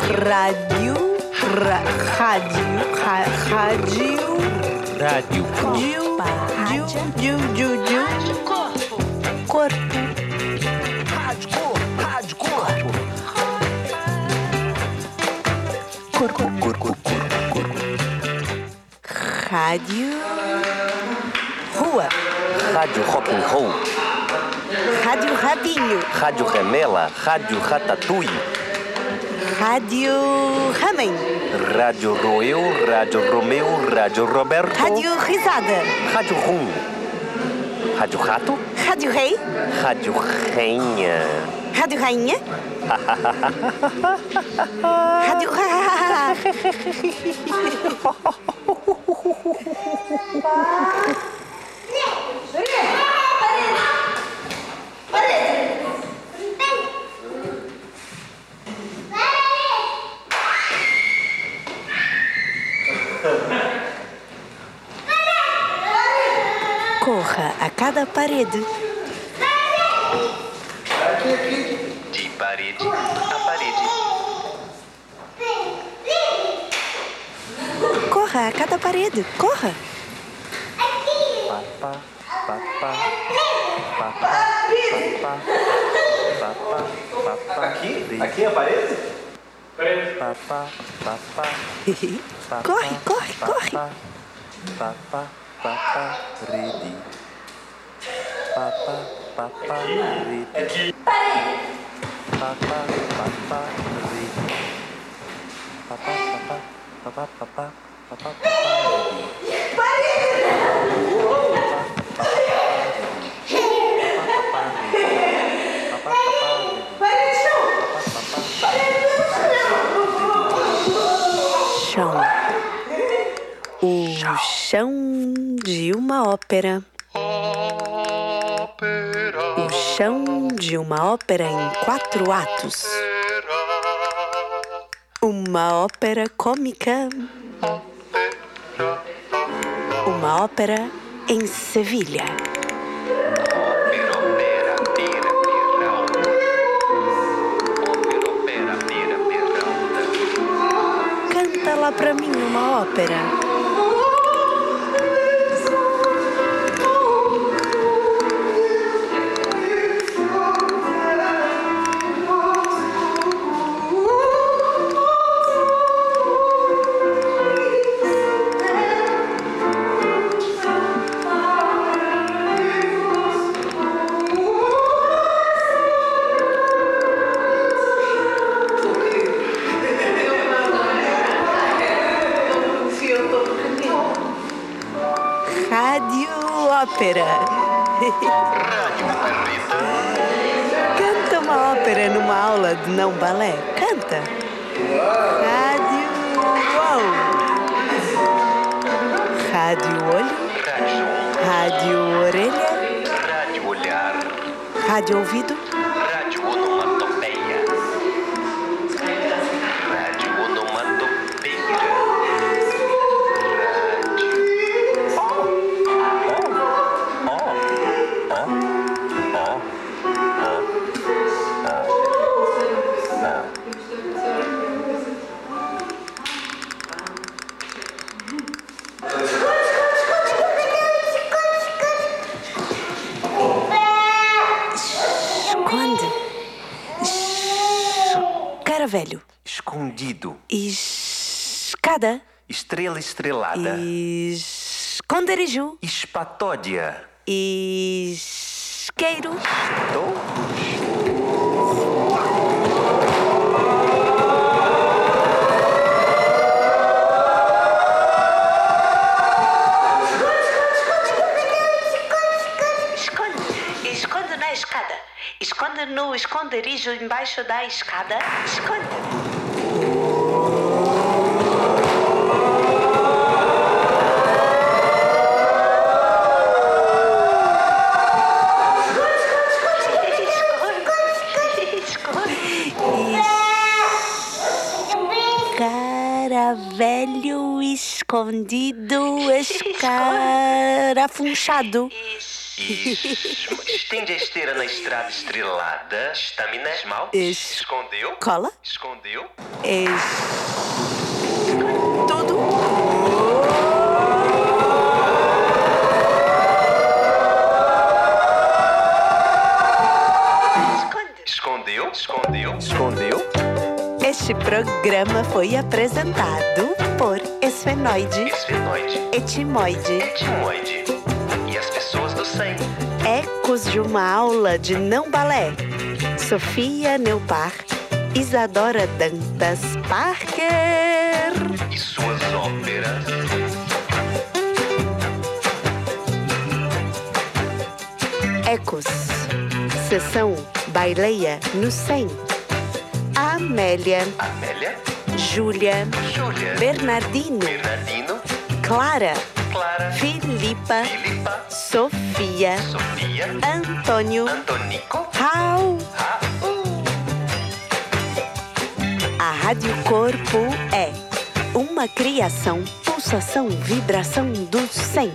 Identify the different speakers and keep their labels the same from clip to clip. Speaker 1: rádio, ra, rádio, ra, rádio,
Speaker 2: Rádio
Speaker 1: rádio, rádio, rádio, rádio, corpo, corpo. Corpo, corpo, corpo, corpo. Rádio. Rua.
Speaker 2: Rádio Rock and Roll,
Speaker 1: Rádio Rabinho.
Speaker 2: Rádio Remela, Rádio Ratatouille,
Speaker 1: Rádio Ramen.
Speaker 2: Rádio Roeu, Rádio Romeu, Rádio Roberto,
Speaker 1: Rádio Risada.
Speaker 2: Rádio Rum, Rádio Rato,
Speaker 1: Rádio Rei.
Speaker 2: Rádio Rainha,
Speaker 1: Rádio Rainha. Rádio. Corra a cada parede.
Speaker 2: de parede a parede.
Speaker 1: Corra a cada parede. Corra.
Speaker 2: Papá, papá, papá, papá, papá, papá. Aqui? Aqui é a parede? Papá, papá,
Speaker 1: Corre, corre, corre.
Speaker 2: Papá, papá, rede. Papá, papá, rede. Aqui. Papá, papá, rede. Papá, papá, papá, papá, papá, papá, rede.
Speaker 1: Chão. O chão de uma ópera. O chão de uma ópera em quatro atos. Uma ópera cômica. Uma ópera em Sevilha. Canta lá pra mim uma ópera. Rádio Ópera. Canta uma ópera numa aula de não balé. Canta. Rádio Uou. Rádio Olho. Rádio Orelha.
Speaker 2: Rádio Olhar,
Speaker 1: Rádio Ouvido.
Speaker 2: Rádio Onomatopeia, Rádio Onomatopeira, Rádio. Oh, Ó, ó, ó, ó, ó, ó, ó, ó.
Speaker 1: Esconde. Cara velho.
Speaker 2: Escondido,
Speaker 1: Escada.
Speaker 2: estrela estrelada,
Speaker 1: Esconderiju.
Speaker 2: espatódia.
Speaker 1: Isqueiro.
Speaker 2: Tô?
Speaker 3: Esconde, esconde na escada. Esconde no esconderijo embaixo da escada. Esconde. Esconde, esconde.
Speaker 1: Cara velho escondido, escarafunchado.
Speaker 3: Esconde.
Speaker 2: Isso. Estende a esteira na estrada estrelada. Estamina. Esmalte.
Speaker 1: Es-
Speaker 2: Escondeu.
Speaker 1: Cola.
Speaker 2: Escondeu.
Speaker 1: Es... Tudo.
Speaker 3: esconde.
Speaker 2: Escondeu. Escondeu. Escondeu.
Speaker 1: Este programa foi apresentado por esfenoide,
Speaker 2: Esfenoide.
Speaker 1: etimoide,
Speaker 2: Etimoide. E as pessoas do sangue.
Speaker 1: ecos de uma aula de não balé. Sofia Neupar, Isadora Dantas Parker.
Speaker 2: E suas óperas.
Speaker 1: Ecos. Sessão Baileia no 100. Amélia,
Speaker 2: Amélia.
Speaker 1: Júlia,
Speaker 2: Júlia.
Speaker 1: Bernardino,
Speaker 2: Bernardino.
Speaker 1: Clara,
Speaker 2: Clara.
Speaker 1: Filipa,
Speaker 2: Filipa.
Speaker 1: Sofia,
Speaker 2: Sofia.
Speaker 1: Antônio,
Speaker 2: Antonico.
Speaker 1: Raul.
Speaker 2: Raul.
Speaker 1: A Rádio Corpo é uma criação, pulsação, vibração do 100.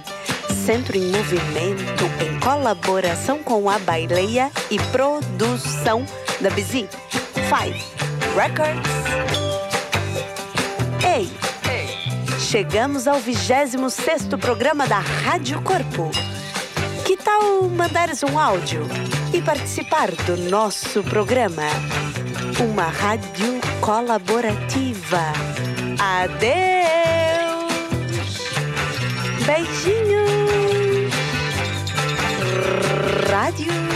Speaker 1: Centro em movimento em colaboração com a Baileia e produção da BZ Five Records. Ei, chegamos ao 26º programa da Rádio Corpo. Que tal mandares um áudio e participar do nosso programa? Uma rádio colaborativa. Adeus! Beijinhos! Rádio